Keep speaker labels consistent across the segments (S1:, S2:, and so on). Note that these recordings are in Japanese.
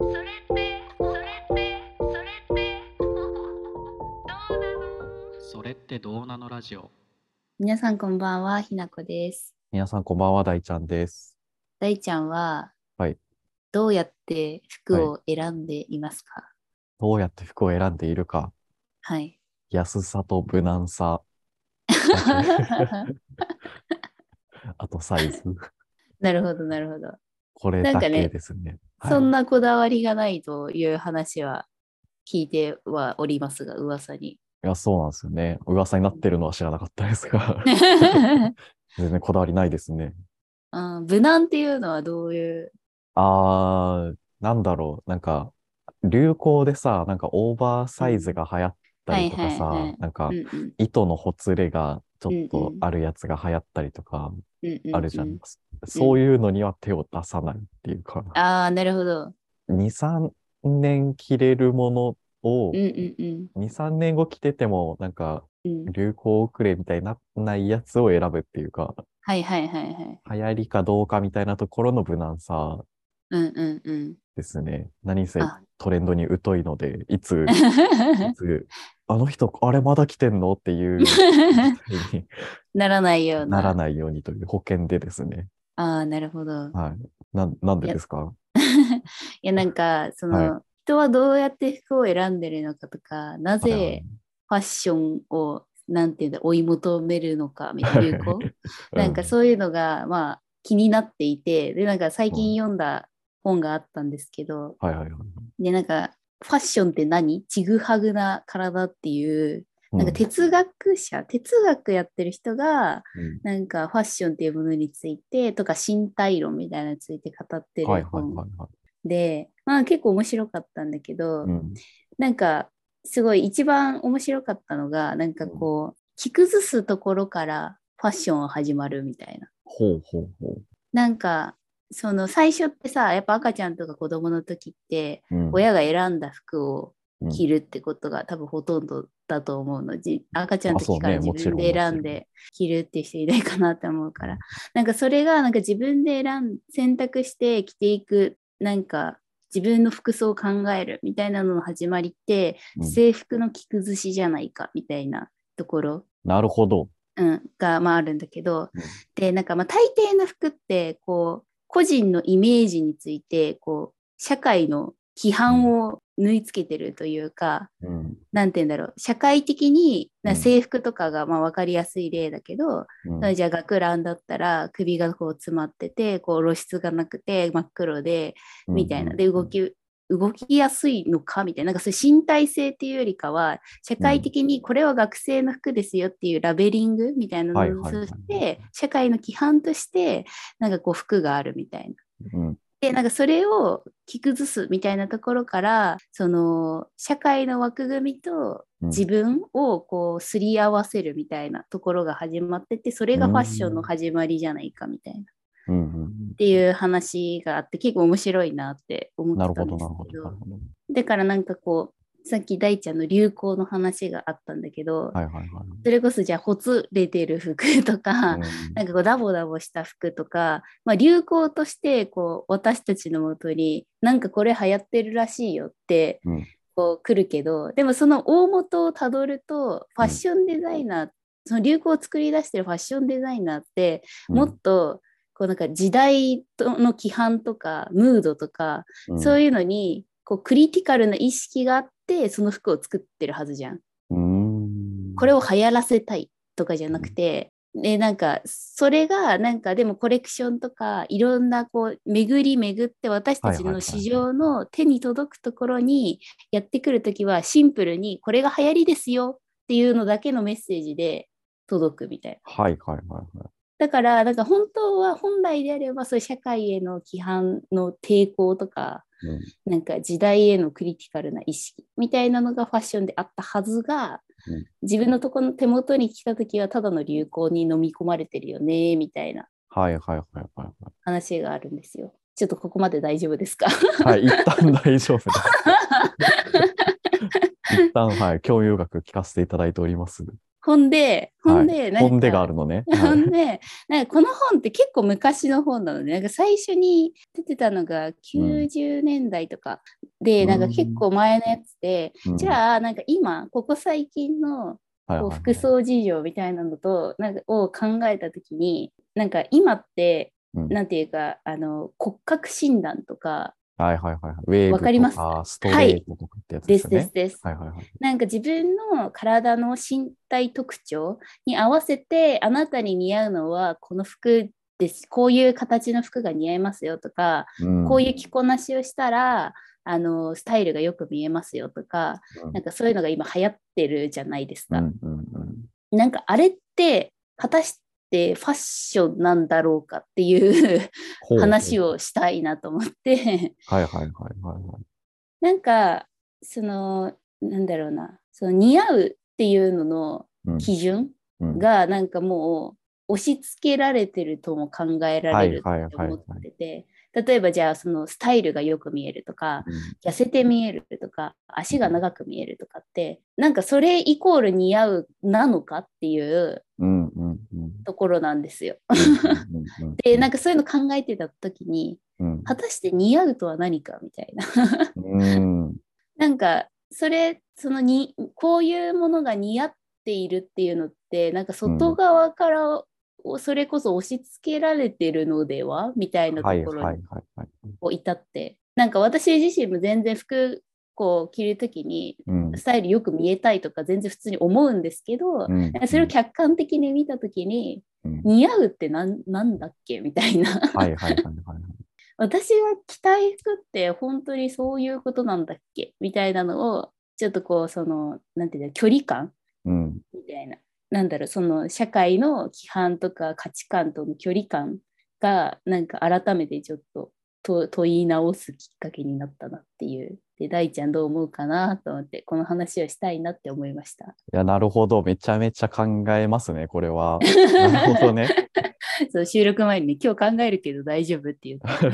S1: ってどうなのラジオ
S2: 皆さんこんばんは、ひなこです。
S3: 皆さんこんばんは、大ちゃんです。
S2: 大ちゃんは、
S3: はい
S2: どうやって服を選んでいますか
S3: どうやって服を選んでいるか、
S2: はい。
S3: 安さと無難 さ、あとサイズ、
S2: なるほど、なるほど、
S3: これ
S2: なん
S3: だ
S2: かね
S3: けですね。はい
S2: そんなこだわりがないという話は聞いてはおりますが、噂 に。
S3: いや、そうなんですよね。噂になってるのは知らなかったです が、全然こだわりないですね。
S2: うん、無難っていうのはどういう。
S3: あー、なんだろう、なんか、流行でさ、なんかオーバーサイズが流行ったりとか
S2: はいはいは
S3: さ
S2: い、
S3: なんか
S2: うんうん
S3: 糸のほつれがちょっ
S2: う
S3: と
S2: んうん
S3: あるやつが流行ったりとか
S2: うんうん
S3: あるじゃ
S2: うん
S3: ん。そういうのには手を出さないっていうか。
S2: ああ、なるほど。
S3: 23年着れるものを
S2: うんうんうん
S3: 23年後着ててもなんか
S2: うん。
S3: 流行遅れみたいにならないやつを選ぶっていうか
S2: はいはいはいはい。
S3: 流行りかどうかみたいなところの無難さ
S2: うんうんうん。
S3: ですね何せ
S2: あ
S3: トレンドに疎いのでい ついつあの人あれまだ着てんのっていう 事 態に
S2: ならないような。
S3: ならないようにという保険でですね
S2: ああ、なるほ ど。
S3: はいななんでですか
S2: いやなんかその、
S3: は
S2: 人はどうやって服を選んでるのかとかな
S3: はいは
S2: ぜ
S3: い
S2: ファッションをなんていうんだ追い求めるのかみたいな流行なんか
S3: うん
S2: そういうのがまあ気になっていてでなんか最近読んだ本があったんですけど
S3: はいはいはい
S2: でなんかファッションって何ちぐはぐな体っていうなんか
S3: うん
S2: 哲学者、哲学やってる人が
S3: うん
S2: なんかファッションっていうものについてとか身体論みたいなのについて語ってる
S3: はいはい
S2: 本
S3: はいはい
S2: で、まあ、結構面白かったんだけど、
S3: うん
S2: なんかすごい一番面白かったのがなんかこう、着崩すところからファッションは始まるみたいな。
S3: ほうほうほ
S2: なんかその最初ってさやっぱ赤ちゃんとか子供の時って
S3: ううん
S2: 親が選んだ服を
S3: うん
S2: 着るってことが多分ほとんどだと思うのじ赤ちゃんの
S3: あそう
S2: 時
S3: ね
S2: から自分で選ん
S3: もちろんもちろ
S2: で着るっていう人いないかなって思うからなんかそれがなんか自分で選ん選択して着ていくなんか自分の服装を考えるみたいなのの始まりって、
S3: うん
S2: 制服の着崩しじゃないかみたいなところ、
S3: なるほど。
S2: うん、が、まあ、あるんだけど、
S3: うん
S2: でなんかまあ大抵の服ってこう個人のイメージについてこう社会の規範を縫い付けてるというか、
S3: うん
S2: なんて言うんだろう社会的にな
S3: うん
S2: 制服とかがまあ分かりやすい例だけど、
S3: うん
S2: じゃあ学ランだったら首がこう詰まっててこう露出がなくて真っ黒でみたいなで動、き動きやすいのかみたいななんかそういう身体性っていうよりかは社会的にこれは学生の服ですよっていうラベリングみたいな
S3: はい
S2: のを
S3: はいはい
S2: して社会の規範としてなんかこう服があるみたいな。
S3: うん
S2: でなんかそれを着崩すみたいなところからその社会の枠組みと
S3: うん
S2: 自分をこうすり合わせるみたいなところが始まっててそれがファッションの始まりじゃないかみたいな、っ
S3: うんうん
S2: ていう話があって結構面白いなって思
S3: うん
S2: っ
S3: なる
S2: てた
S3: ほど、
S2: んで
S3: な
S2: す
S3: るほ
S2: け
S3: ど。なる
S2: ど
S3: ほど
S2: だからなんかこうさっき大ちゃんの流行の話があったんだけど、
S3: はいはいはい。
S2: それこそじゃあほつれてる服とか、なんかこうダボダボした服とか、まあ、流行としてこう私たちのもとになんかこれ流行ってるらしいよって
S3: うん
S2: こう来るけど、でもその大元をたどるとファッションデザイナー、その流行を作り出してるファッションデザイナーって
S3: うん
S2: もっとこうなんか時代との規範とかムードとか、
S3: うん
S2: そういうのにこうクリティカルな意識があってその服を作ってるはずじゃん。
S3: うん
S2: これを流行らせたいとかじゃなくて、でなんかそれがなんかでもコレクションとかいろんなこう巡り巡って私
S3: は
S2: たち
S3: いはいは
S2: の
S3: い
S2: 市場の手に届くところにやってくるときはシンプルにこれが流行りですよっていうのだけのメッセージで届くみたいな。
S3: はいはいはいはい。
S2: だからなんか本当は本来であればそういう社会への規範の抵抗とか
S3: うん
S2: なんか時代へのクリティカルな意識みたいなのがファッションであったはずが、
S3: うん
S2: 自分のとこの手元に来た時はただの流行に飲み込まれてるよねみたいな
S3: はいはいはいはい
S2: 話があるんですよ。ちょっとここまで大丈夫ですか
S3: はい。はい、一旦大丈夫です。一旦、はい、教養学聞かせていただいております。
S2: ほんで、ほんで、
S3: はい、
S2: なんか
S3: 本でがあるのね。
S2: ほ
S3: はい
S2: んで、なんかこの本って結構昔の本なので、なんか最初に出てたのが90年代とかで、
S3: うん
S2: なんか結構前のやつで、
S3: うん
S2: じゃあなんか今ここ最近の
S3: はい
S2: こう
S3: はい
S2: 服装事情みたいなのとなんかを考えた時になんか今って、
S3: うん
S2: なんていうかあの骨格診断とか
S3: はいはいはいはい。ウェーブ
S2: わかりま
S3: と
S2: す
S3: か、ストレートとかってやつで
S2: ですす
S3: よ
S2: です
S3: ね。
S2: です。
S3: はいはいはい。
S2: なんか自分の体の身体特徴に合わせてあなたに似合うのはこの服ですこういう形の服が似合いますよとか、
S3: うん
S2: こういう着こなしをしたらあのスタイルがよく見えますよとか
S3: うん
S2: なんかそういうのが今流行ってるじゃないです
S3: うん
S2: か。
S3: うんうん
S2: なんかあれって果たしてファッションなんだろうかっていう
S3: ほうほう
S2: 話。をしたいなと思って
S3: はいはいはいはいはい。
S2: なんかそのなんだろうなその似合うっていうのの
S3: うん
S2: 基準
S3: うん
S2: がなんかもう押し付けられてるとも考えられ
S3: はいは
S2: る
S3: い
S2: と
S3: はいはい
S2: 思ってて例えばじゃあそのスタイルがよく見えるとか痩せて見えるとか足が長く見えるとかってなんかそれイコール似合うなのかっていう
S3: うんうんうんうん
S2: ところなんですよ。
S3: うんうん。
S2: でなんかそういうの考えてた時に
S3: うん
S2: 果たして似合うとは何かみたいな
S3: うん
S2: なんかそれそのにこういうものが似合っているっていうのってなんか外側からおそれこそ押し付けられてるのではみたいな
S3: はい
S2: とこ
S3: はい
S2: ろ
S3: はい
S2: に
S3: はい。
S2: こう至って、なんか私自身も全然服こう着る時に
S3: うん
S2: スタイルよく見えたいとか全然普通に思うんですけど、
S3: うん
S2: それを客観的に見た時に
S3: うん
S2: 似合うってなんなんだっけみたいな。
S3: はいはいはいはいはい。
S2: 私が着たい服って本当にそういうことなんだっけみたいなのをちょっとこうそのなんていうの距離感
S3: うん
S2: みたいななんだろうその社会の規範とか価値観との距離感がなんか改めてちょっとと問い直すきっかけになったなっていうで大ちゃんどう思うかなと思ってこの話をしたいなって思いました。
S3: いや、なるほど。めちゃめちゃ考えますね、これは。なるほどね。
S2: そう収録前にね、今日考えるけど大丈夫っ て言って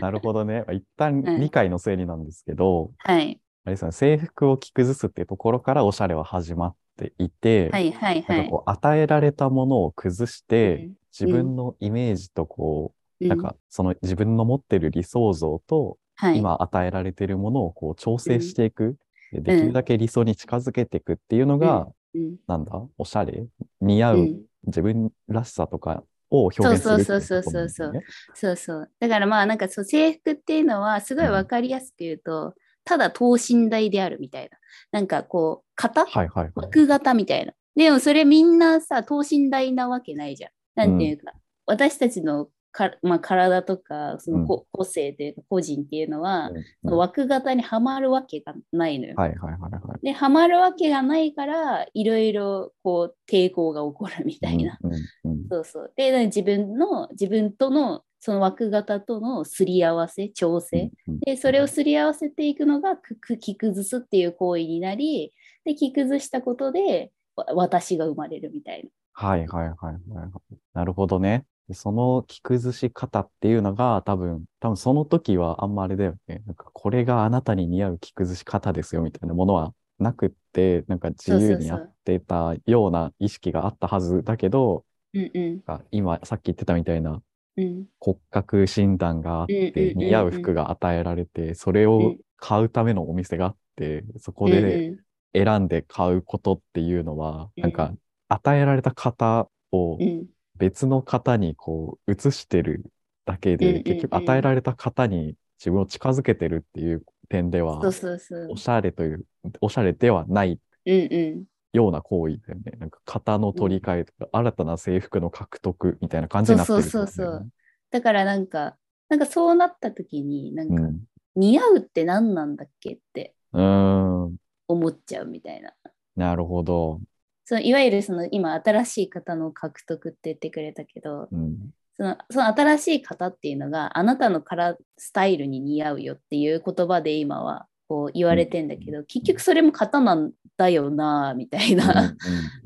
S3: なるほどね。一旦
S2: はい
S3: 理解の整理なんですけど、
S2: はい
S3: あれですよね、制服を着崩すっていうところからおしゃれは始まっていて、
S2: はいはいは
S3: なん
S2: い
S3: か。こう与えられたものを崩して、
S2: うん
S3: 自分のイメージとこう、なん
S2: う
S3: かその自分の持ってる理想像と、
S2: はい、
S3: 今与えられてるものをこう調整していく、でで
S2: うん
S3: きるだけ理想に近づけていくっていうのが、
S2: うん
S3: なんだおしゃれ似合
S2: う
S3: う、
S2: ん
S3: 自分らしさとかを表現するってい
S2: そうそうそう
S3: う
S2: そう
S3: ことなんですよね。
S2: そうそう。だからまあなんかそう制服っていうのはすごい分かりやすく言うと、ただ等身大であるみたいな。なんかこう型
S3: はいはいはい。
S2: 枠型みたいな。でもそれみんなさ等身大なわけないじゃん。なんていうか、私たちのか、まあ、体とかそのこ個性というか個人っていうのは、
S3: うん
S2: その枠型にはまるわけがないのよ。
S3: はいはいはいはい。
S2: ではまるわけがないからいろいろこう抵抗が起こるみたいな。
S3: うんうん
S2: そうそう。で、なんか自分の、自分との、その枠型とのすり合わせ、調
S3: うん
S2: 整。
S3: うん
S2: で、それをすり合わせていくのが、くく着崩すっていう行為になり、で、着崩したことで、わ私が生まれるみたいな。
S3: はいはいはいはいはい。なるほどね。でその着崩し方っていうのが多分、多分その時はあんまあれだよね。なんかこれがあなたに似合う着崩し方ですよみたいなものはなくって、なんか自由にやってたような意識があったはずだけど、
S2: うんう。
S3: なんか今さっき言ってたみたいなん
S2: うん。
S3: 骨格診断があっ
S2: うんうんうんう
S3: て、
S2: ん
S3: 似合う服が与えられて、それ
S2: う
S3: を
S2: ん
S3: 買うためのお店があって、そこ
S2: うん
S3: で
S2: う
S3: 選んで買うことっていうのは、
S2: うん
S3: なんか与えられた方を
S2: んうん
S3: 別の方にこう移してるだけ
S2: うんうんう
S3: で、
S2: ん
S3: 結局与えられた方に自分を近づけてるっていう点では
S2: そう、そうそう
S3: お。しゃれという、おしゃれではない
S2: うんうん。
S3: ような行為だよね。なんか型の取り替えとか、新たな制服の獲得みたいな感じになってるってことだよね。
S2: そうそうそうだからなんか、なんかそうなった時に、なん
S3: う
S2: か、
S3: ん。
S2: 似合うって何なんだっけって
S3: うーん。
S2: 思っちゃうみたいな。
S3: なるほど。
S2: そのいわゆるその今新しい方の獲得って言ってくれたけど
S3: うん。
S2: そのその新しい方っていうのがあなたのカラースタイルに似合うよっていう言葉で今はこう言われてんだけど、結局それも型なんだよなあみたいな。 っ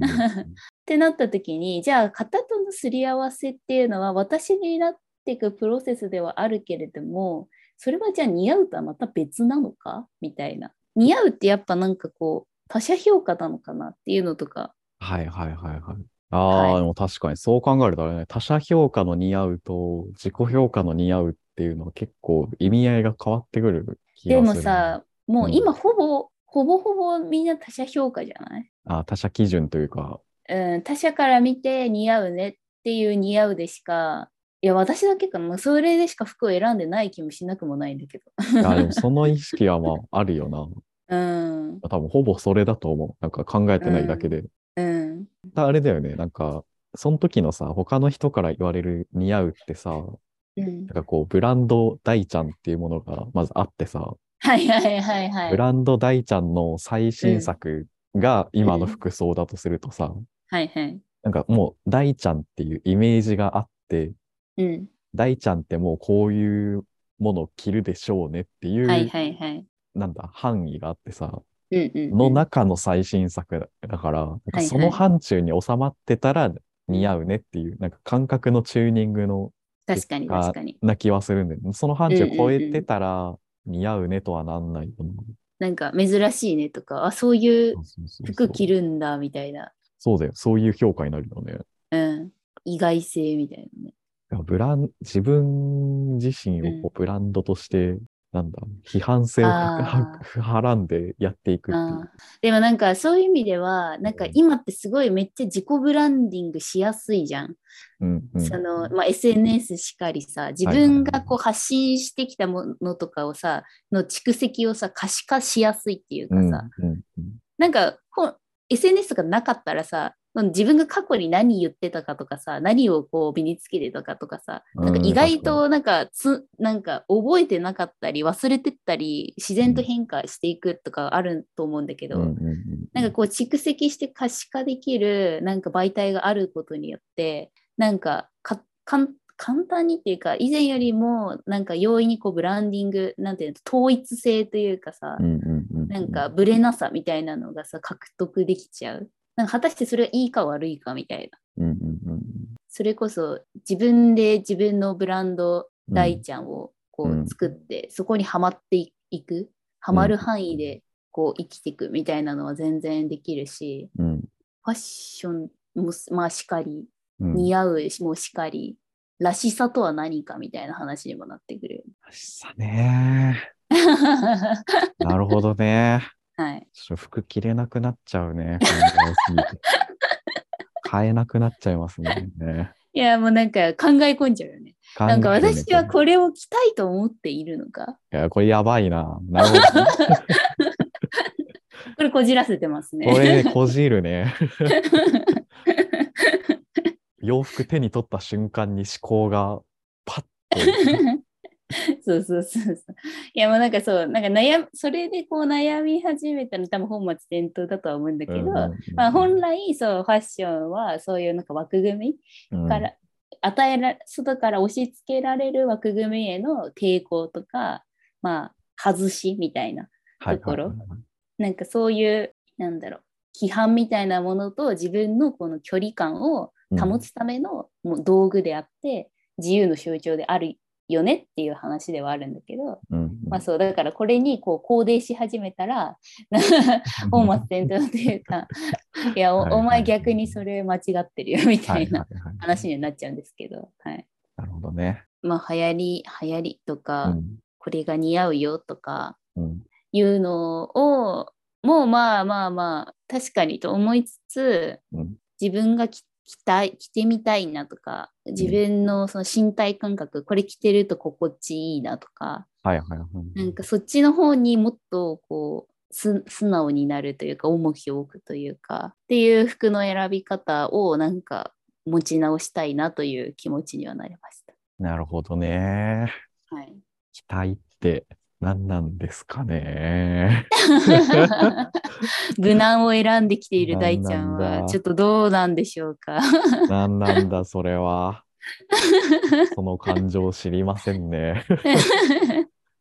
S3: うんうんうん
S2: てなった時にじゃあ型とのすり合わせっていうのは私になっていくプロセスではあるけれどもそれはじゃあ似合うとはまた別なのかみたいな。似合うってやっぱなんかこう他者評価なのかなっていうのとか
S3: はいはいはいはい。ああ、
S2: は
S3: で
S2: い
S3: も確かにそう考えるとあれね、他者評価の似合うと自己評価の似合うっていうのは結構意味合いが変わってくる気が
S2: で
S3: る
S2: す
S3: ね。
S2: もさ、もう今ほぼ、ほぼほぼみんな他者評価じゃない
S3: あ他者基準という か、
S2: うん、他者から見て似合うねっていう似合うでしか、いや、私だけかな、それでしか服を選んでない気もしなくもないんだけど。
S3: あでもその意識はまああるよな。
S2: うん、
S3: 多分ほぼそれだと思う。なんか考えてないだけで。
S2: うん、
S3: あれだよね、なんか、その時のさ、他の人から言われる似合うってさ、
S2: うん
S3: な。んかこう、ブランド大ちゃんっていうものがまずあってさ、
S2: はいはいはいはい。
S3: ブランド大ちゃんの最新作が今の服装だとするとさ、
S2: はいはい。
S3: なんかもう大ちゃんっていうイメージがあって、
S2: うん。
S3: 大ちゃんってもうこういうものを着るでしょうねっていう、
S2: はいはいはい。
S3: なんだ、範囲があってさ、
S2: うんうんうん。
S3: の中の最新作だから、なんか
S2: はい
S3: その範疇に収まってたら似合うねっていう、なんか感覚のチューニングの
S2: 確かに確かに。
S3: な気はするんだよね。その範疇を超えてたら似合うねとはなんないよな。
S2: なんか珍しいねとか、あ、そういう
S3: そうそうそう
S2: 服着るんだみたいな。
S3: そうだよ。そういう評価になるよね。
S2: うん。意外性みたいなね。
S3: いやブラン自分自身をこうブランドとして、なんだ、批判性を
S2: あ
S3: はらんでやっていくっていう
S2: あ。ーでもなんかそういう意味では、なんか今ってすごいめっちゃ自己ブランディングしやすいじゃん。
S3: うんうん、
S2: そのまあ、SNS しかりさ自分がこう発信してきたものとかをさの蓄積をさ可視化しやすいっていうかさ、
S3: うんうんうん
S2: なんかほん SNS とかなかったらさ自分が過去に何言ってたかとかさ何をこう身につけてたかとかさ
S3: うん
S2: なんか意外となんかつなんか覚えてなかったり忘れてったり自然と変化していくとかあると思うんだけど、
S3: うんうんうん
S2: なんかこう蓄積して可視化できるなんか媒体があることによってなんかかかん簡単にっていうか以前よりもなんか容易にこうブランディングなんていうの統一性というかさ、
S3: うんうんうんうん
S2: なんかブレなさみたいなのがさ獲得できちゃうなんか果たしてそれはいいか悪いかみたいな
S3: うんうんうんうん
S2: それこそ自分で自分のブランド大ちゃんをこ
S3: うん
S2: う作って、そこにはまっていいくはまる範囲でこう生きていくみたいなのは全然できるし、
S3: うん
S2: ファッションもすまあしかり、
S3: うん
S2: 似合うしもしかり、らしさとは何かみたいな話にもなってくる。
S3: らしさね。
S2: は
S3: なるほどね。
S2: い。
S3: ちょっと服着れなくなっちゃうね。考えすぎて買えなくなっちゃいますね。
S2: いや、もうなんか考え込んじゃうよね。
S3: 考える
S2: な
S3: ね
S2: んか私は
S3: こ
S2: これを着たいと思っているのか。
S3: れいや、これやばいな。なるほどね、
S2: これこじらせてます
S3: こ
S2: ね。
S3: れね、こじるね。洋服手に取った瞬間に思考がパ ッと。
S2: そうそうそうそう。いや、もうなんかそう、なんか悩むそれでこう悩み始めたの多分本末転倒だとは思うんだけど、まあ本来そうファッションはそういうなんか枠組み
S3: か
S2: から、与えら外から押し付けられる枠組みへの抵抗とか、まあ、外しみたいなところなんかそういうなんだろう規範みたいなものと自分のこの距離感を保つためのもう道具であって、自由の象徴であるよねっていう話ではあるんだけど、
S3: うんうん
S2: まあ、そうだからこれにこう肯定し始め たら本末転倒というかいやお
S3: はいはい
S2: お前逆にそれ間違ってるよみた
S3: はいいは
S2: ない
S3: はい
S2: 話にはなっちゃうんですけど、はい、
S3: なるほどね。
S2: まあ流行り流行りと
S3: う
S2: か、
S3: ん
S2: これが似合うよとか
S3: うん
S2: いうのをもうまあまあまあ確かにと思いつつ
S3: うん
S2: 自分が着着たい着てみたいなとか自分のその身体感覚これ着てると心地いいなとか
S3: はいはいは
S2: なん
S3: い。
S2: かそっちの方にもっとこうす素直になるというか重きを置くというかっていう服の選び方をなんか持ち直したいなという気持ちにはなりまし
S3: なるほどね。
S2: た。はい
S3: 期待って何なんですか ね。
S2: 無難を選んできている大ちゃ
S3: なん
S2: ん
S3: なん
S2: は
S3: だ
S2: ちょっとどうなんでしょう か。
S3: 何なんだそれは。その感情知りませんね。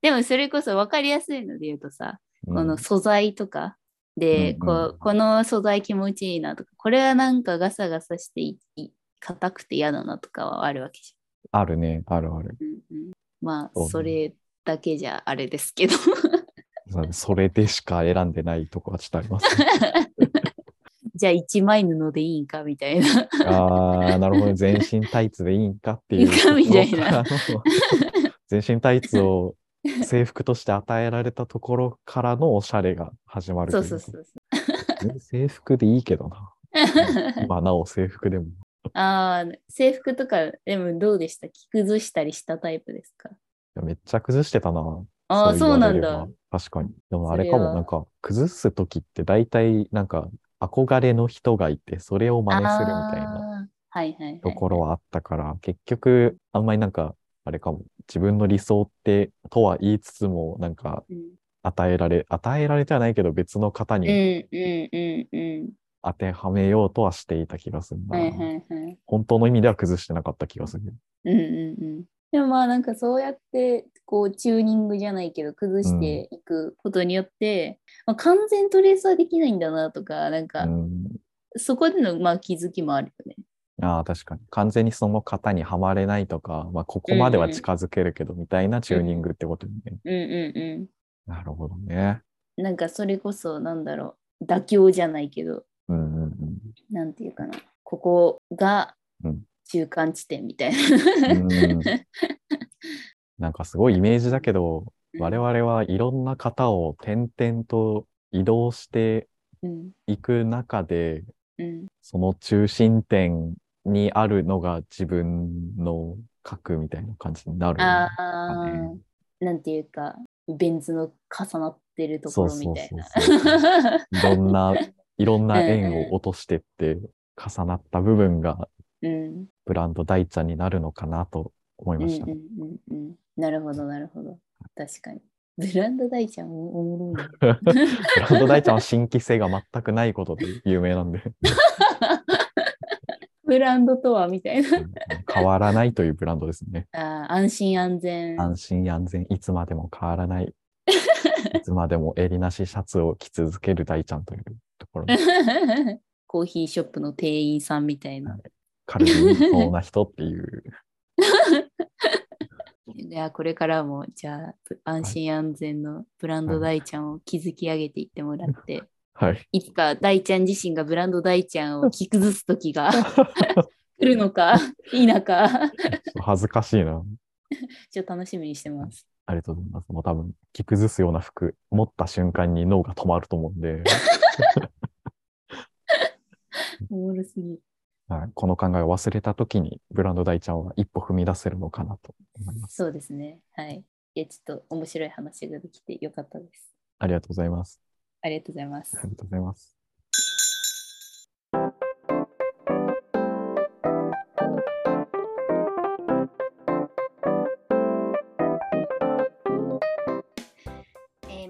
S2: でもそれこそ分かりやすいので言うとさ、
S3: うん
S2: この素材とかで、
S3: うん
S2: こうこの素材気持ちいいなとかこれはなんかガサガサしていい硬くて嫌だなとかはあるわけじ
S3: あるね、あるある。
S2: ゃん。うんうん、ま
S3: そう
S2: あ
S3: ね
S2: それだけじゃあれですけど。
S3: それでしか選んでないとこはちょっとありますね。
S2: じゃあ一枚布でいいんかみ たいな。
S3: ああ、なるほど。全身タイツでいいんかっていう。
S2: いいかみたいな
S3: あの。全身タイツを制服として与えられたところからのおしゃれが始まる
S2: そう
S3: とい
S2: そうそうそ
S3: 制服でいいけどな。
S2: う。
S3: まあ、なお制服でも。
S2: ああ、制服とか、でもどうでした着崩したりしたタイプですか
S3: いやめっちゃ崩してたな。
S2: ああ、
S3: 言
S2: そ
S3: わ
S2: うな
S3: れ
S2: ん
S3: れば
S2: だ。。
S3: 確かに。でも
S2: そ
S3: あ
S2: れ
S3: れかも、
S2: は
S3: なんか、崩すときって大体、なんか、憧れの人がいて、それを真似するみたいな
S2: あーはいはい、はい。
S3: ところはあったから、結局、あんまりなんか、あれかも、自分の理想って、とは言いつつも、なんか、
S2: うん。
S3: 与えられ、与えられてはないけど、別の方
S2: うん
S3: に
S2: うんうんう
S3: 当てはめようとはしていた気がする
S2: ん。
S3: な。
S2: はいはいはい。
S3: 本当の意味では崩してなかった気がする。
S2: うんうんうん。でもまあなんかそうやってこうチューニングじゃないけど崩していくことによって、まあ、完全トレースはできないんだなとかなん
S3: う
S2: か
S3: ん。
S2: そこでのまあ気づきもあるよね。
S3: ああ、確かに。完全にその方にはまれないとか、まあ、ここまでは近づけるけど、みたいなチューニングってことね。
S2: うんうんう
S3: なるほどね。
S2: ん。なんかそれこそなんだろう妥協じゃないけど
S3: うんうん
S2: なんていうかなここが
S3: うん
S2: 中間地点みたい
S3: うん
S2: な。
S3: うん。なんかすごいイメージだけど、我々はいろんな方を点々と移動して
S2: うん
S3: いく中で、
S2: うん
S3: その中心点にあるのが自分の核みたいな感じになるよね。
S2: ああ、なんていうか、ベン図の重なってるところみたいな。
S3: そうそうそういろんな、いろんな縁を落としてって、重なった部分が
S2: うん
S3: ブランド大ちゃんになるのかなと思い
S2: うんう
S3: ま
S2: ん
S3: した。
S2: うんうん。なるほど、なるほど。確かに。ブランド大ちゃん、おもろいね。
S3: ブランド大ちゃんは新規性が全くないことで有名 なんで、
S2: ブランドとはみたいな。
S3: 変わらないというブランドですね。
S2: あー安心安全。
S3: 安心安全、いつまでも変わら ない。いつまでも襟なしシャツを着続ける大ちゃんというところに、
S2: コーヒーショップの店員さんみたいな。
S3: 軽くいいそうな人って いう。
S2: いやこれからもじゃあぶ安心安全のブランド大ちゃんを築き上げていってもらって、
S3: はい。
S2: いつか大ちゃん自身がブランド大ちゃんを着崩す時が来るのか否か
S3: 恥ずかしいな。
S2: ちょっと楽しみにしてます。
S3: ありがとうございます。もう多分、着崩すような服、持った瞬間に脳が止まると思うん で、
S2: おもろすぎる。
S3: はい、この考えを忘れた時に、ブランド大ちゃんは一歩踏み出せるのかなと思います。
S2: そうですね。はい。いや、ちょっと面白い話ができてよかったです。
S3: ありがとうございます。
S2: ありがとうございます
S3: あ。りがとうございます。
S1: えー